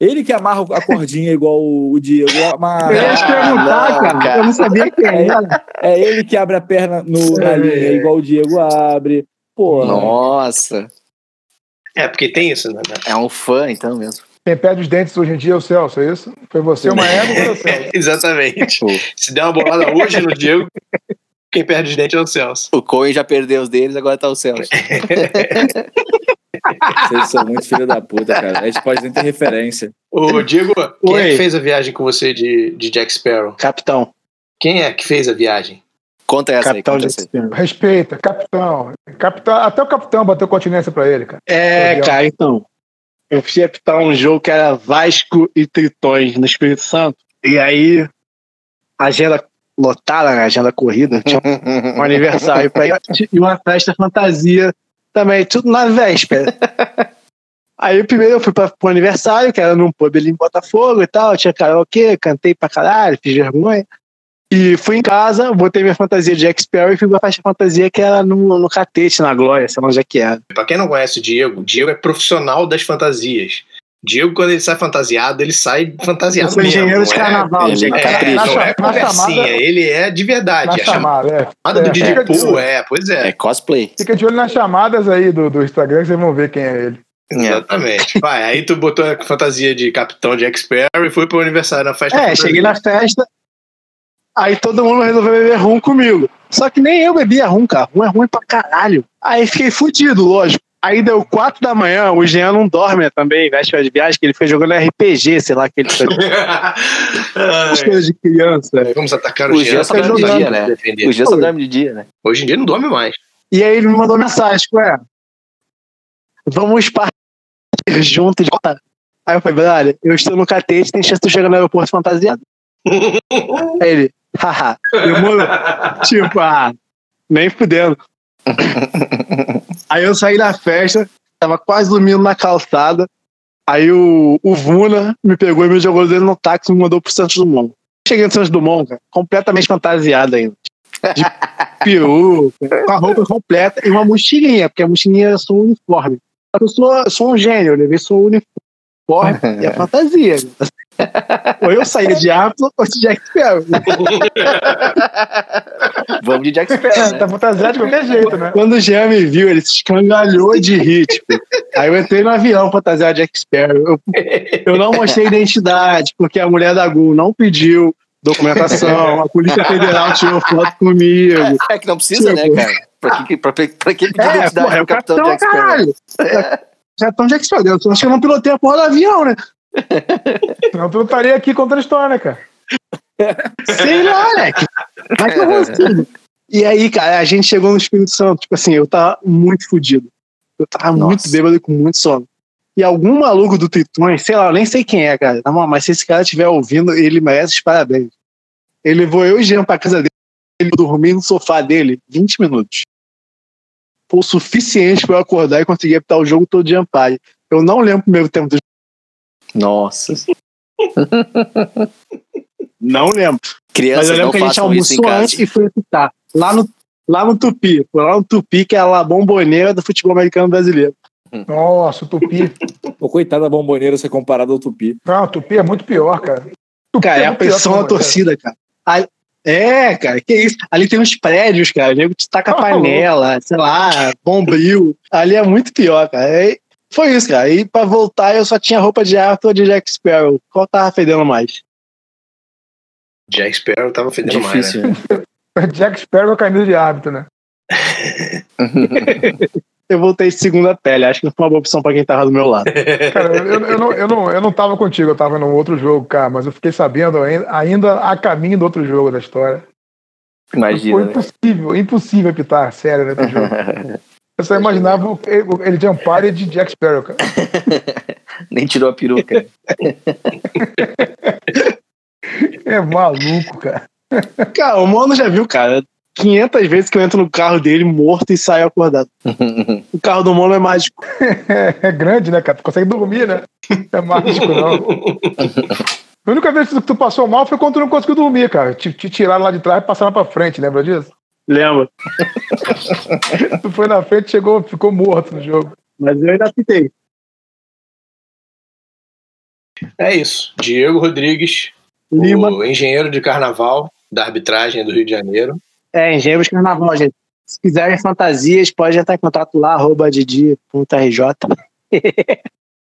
J: Ele que amarra a cordinha igual o, o Diego.
G: Eu
J: amarra-
G: ia te perguntar,
I: não,
G: cara.
I: cara.
G: Eu não sabia quem era.
J: é ele que abre a perna no, na linha igual o Diego abre. Pô,
I: Nossa,
D: É, porque tem isso, né?
I: é um fã então mesmo.
H: Quem perde os dentes hoje em dia é o Celso, é isso? Foi você uma época ou foi o Celso?
D: Exatamente. Se der uma bolada hoje no Diego, quem perde os dentes é o Celso.
I: O Coen já perdeu os deles, agora tá o Celso.
J: Vocês são muito filho da puta, cara. A gente pode nem ter referência.
D: Ô, Diego, quem é
G: Oi.
D: que fez a viagem com você de, de Jack Sparrow?
G: Capitão.
D: Quem é que fez a viagem?
I: Conta essa
G: Capitão
I: aí,
G: de
I: conta essa aí.
G: Tá
H: Respeita, capitão. capitão. Até o capitão bateu continência pra ele, cara.
G: É,
H: Entendeu?
G: cara, então. Eu fui apitar um jogo que era Vasco e Tritões no Espírito Santo. E aí, agenda lotada, né? Agenda corrida. Tinha um aniversário pra ir e uma festa fantasia também, tudo na véspera. Aí primeiro eu fui pra, pro aniversário, que era num pub ali em Botafogo e tal, tinha karaokê, cantei pra caralho, fiz vergonha. E fui em casa, botei minha fantasia de Jack Sparrow e fui pra festa fantasia que era no, no Catete, na Glória, sei lá onde é que era.
D: Pra quem não conhece o Diego, o Diego é profissional das fantasias. Diego, quando ele sai fantasiado, ele sai fantasiado
G: Eu sou
D: mesmo,
G: engenheiro de
D: é-
G: carnaval,
D: É,
I: gente.
D: é,
H: Na
D: não
H: cha-
D: é
H: na
D: conversinha,
H: chamada-
D: ele é de
H: Na
D: verdade. A chamada
H: chamada, é.
D: do
H: É,
D: Didi
H: fica de
D: Poo,
H: olho.
D: é, pois
I: É
D: é.
I: cosplay.
H: Fica de olho nas chamadas aí do, do Instagram, que vocês vão ver quem é ele.
D: Exatamente. Vai, aí tu botou a fantasia de capitão de Sparrow e foi pro aniversário na festa.
G: É,
D: fantasia.
G: cheguei na festa, aí todo mundo resolveu beber rum comigo. Só que nem eu bebia rum, cara. Rum é ruim pra caralho. Aí fiquei fudido, lógico. Aí deu quatro da manhã, o Jean não dorme também, véspera de viagem, que ele foi jogando RPG, sei lá, aquele
D: Ai,
G: coisas de criança. é.
D: Vamos atacar o,
I: O Jean só
D: pra
I: dorme de
D: ajudar
I: dia,
D: a
I: né?
D: defender.
I: O Jean só dorme de dia, né?
D: Hoje em dia não dorme mais.
G: E aí ele me mandou mensagem, ué, vamos partir juntos. Aí eu falei, brother, eu estou no catete, tem chance de eu chegar no aeroporto fantasiado. aí ele, haha, demorou. tipo, ah, nem fudendo. aí eu saí da festa, tava quase dormindo na calçada, aí o, o Vuna me pegou e me jogou dentro no táxi e me mandou pro Santos Dumont. Cheguei no Santos Dumont, cara, completamente fantasiado ainda. De peru, com a roupa completa e uma mochilinha, porque a mochilinha é só um uniforme. Só que Eu sou, eu sou um gênio, eu levei só o uniforme e a fantasia. ou eu saía de Apple ou de Jack Sparrow.
I: Vamos de Jack
H: É,
I: Sparrow, né?
H: tá fantasiado de qualquer jeito, né?
G: Quando o Jean me viu, ele se escangalhou de rir. tipo. Aí eu entrei no avião fantasiado de Jack Sparrow. Eu, eu não mostrei identidade, porque a mulher da Gol não pediu documentação, a Polícia Federal tirou foto comigo.
I: É que não precisa, né,
G: Tipo.
I: cara? Pra que, pra, pra que pedir
G: É,
I: identidade
G: porra,
I: pro
G: é o capitão,
I: Jack Sparrow?
G: caralho. Capitão Jack Sparrow. Eu acho que eu não pilotei a porra do avião, né?
H: Senão tu não estaria aqui contra a história, né, cara.
G: Sei lá, moleque. Mas eu consigo. E aí, cara, a gente chegou no Espírito Santo. Tipo assim, eu tava muito fodido. Eu tava
I: Nossa.
G: muito bêbado e com muito sono. E algum maluco do Tritões, sei lá, eu nem sei quem é, cara. Na moral, mas se esse cara estiver ouvindo, ele merece os parabéns. Ele levou eu e Jean pra casa dele, ele dormi no sofá dele 20 minutos. Foi o suficiente pra eu acordar e conseguir apitar o jogo todo de Ampare. Eu não lembro o primeiro tempo do
I: Nossa.
G: Não lembro. Mas eu
I: Crianças,
G: lembro
I: não
G: que a gente
I: façam isso em
G: almoçou antes
I: casa.
G: e foi apitar. Lá no, lá no Tupi. Foi lá no Tupi, que é a bomboneira do futebol americano brasileiro.
H: Hum. Nossa, o Tupi.
J: Pô, coitada da bomboneira ser comparada ao Tupi.
H: Não, o Tupi é muito pior, cara. Tupi
G: Cara, é a
H: muito pior que
G: pressão
H: o
G: da
H: Madureira.
G: torcida, cara. Ali- é, cara, que isso. Ali tem uns prédios, cara. O nego te taca
H: Tá
G: panela, sei lá, bombril. Ali é muito pior, cara. E foi isso, cara. E pra voltar, eu só tinha roupa de Arthur de Jack Sparrow. Qual tava fedendo mais?
D: Jack Sparrow tava
J: É
D: fedendo mais, né?
I: Difícil, né?
H: Jack Sparrow é camisa de árbitro, né?
G: Eu voltei de segunda pele. Acho que não foi uma boa opção pra quem tava do meu lado.
H: Cara, eu, eu, não, eu, não, eu não tava contigo, eu tava num outro jogo, cara, mas eu fiquei sabendo ainda, ainda a caminho do outro jogo da história. Foi
I: Imagina, né?
H: impossível, impossível epitar, sério, né? do jogo. Eu só imaginava o- ele de Amparo e de Jack Sparrow, cara.
I: Nem tirou a peruca.
H: É maluco, cara.
G: Cara, o Mano já viu, cara. 500 vezes que eu entro no carro dele morto e saio acordado. O carro do Mono é mágico.
H: É, grande, né, cara? Tu consegue dormir, né? É mágico, não. A única vez que tu passou mal foi quando tu não conseguiu dormir, cara. Te, te tiraram lá de trás e passaram pra frente, lembra disso?
G: Lembra?
H: Tu foi na frente, chegou, ficou morto no jogo.
G: Mas eu ainda pitei.
D: É isso. Diego Rodrigues,
G: Lima.
D: o engenheiro de carnaval da arbitragem do Rio de Janeiro.
G: É, engenheiros carnaval, gente. Se tá quiserem fantasias, pode entrar em contato lá, arroba didi.rj.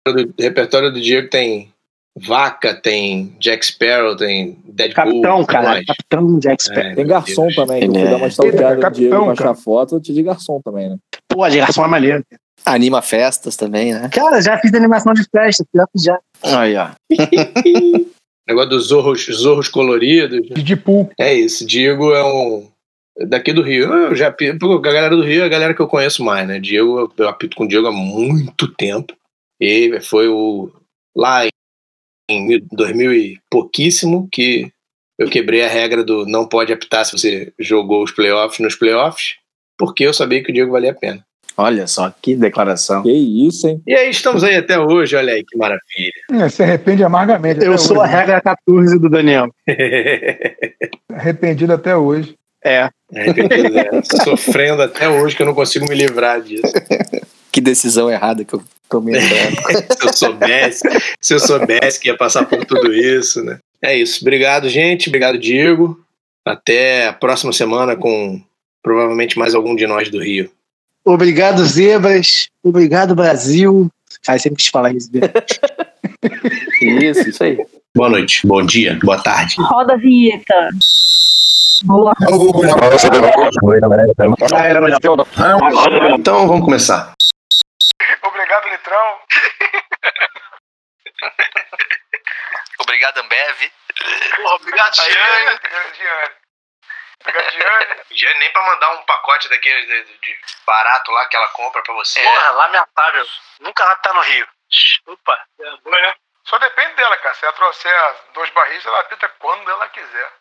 F: do repertório do Diego tem Vaca, tem Jack Sparrow, tem Deadpool.
G: Capitão, cara. Capitão Jack Sparrow.
F: É,
J: Tem
F: meu
J: garçom
F: Deus.
J: também, que
I: Ele
J: eu fui
I: é-
J: dar uma stalkeada
H: Ele é
J: no Diego
H: capitão,
J: pra achar
H: cara.
J: foto, eu te de garçom também, né?
G: Pô, a geração é maneira.
I: Anima festas também, né?
G: Cara, já fiz animação de festa, pior que já.
I: Aí, ó.
F: Negócio dos zorros, zorros coloridos.
H: Didi Pool.
F: É isso, Diego é um. Daqui do Rio. Eu já apito- pô, a galera do Rio é a galera que eu conheço mais, né? Diego, eu apito com o Diego há muito tempo. E foi o. Lá em- em mil- 2000 e pouquíssimo que eu quebrei a regra do não pode apitar se você jogou os playoffs nos playoffs, porque eu sabia que o Diego valia a pena.
I: Olha só, que declaração.
J: Que isso, hein?
F: E aí estamos aí até hoje, olha aí que maravilha.
H: É, se arrepende amargamente.
G: Eu
H: até
G: sou a
H: hoje, né?
G: regra 14 do Daniel.
H: arrependido até hoje.
G: É.
F: né, Sofrendo até hoje que eu não consigo me livrar disso.
I: Que decisão errada que eu tomei. nessa época.
F: se eu soubesse, se eu soubesse que ia passar por tudo isso, né? É isso. Obrigado, gente. Obrigado, Diego. Até a próxima semana com provavelmente mais algum de nós do Rio.
G: Obrigado, Zebras. Obrigado, Brasil. Ai, sempre quis falar isso. né?
I: isso, isso aí.
F: Boa noite, bom dia, boa tarde.
E: Roda a vinheta. Boa.
F: Então vamos começar.
L: Obrigado, Litrão.
I: Obrigado, Ambev.
L: Obrigado, Giane. Giane. Obrigado, Giane.
F: Já nem pra mandar um pacote daquele de, de barato lá que ela compra pra você.
L: Porra, lamentável. Nunca lá tá no Rio. Opa. É boa, né?
H: Só depende dela, cara. Se ela trouxer dois barris, ela apita quando ela quiser.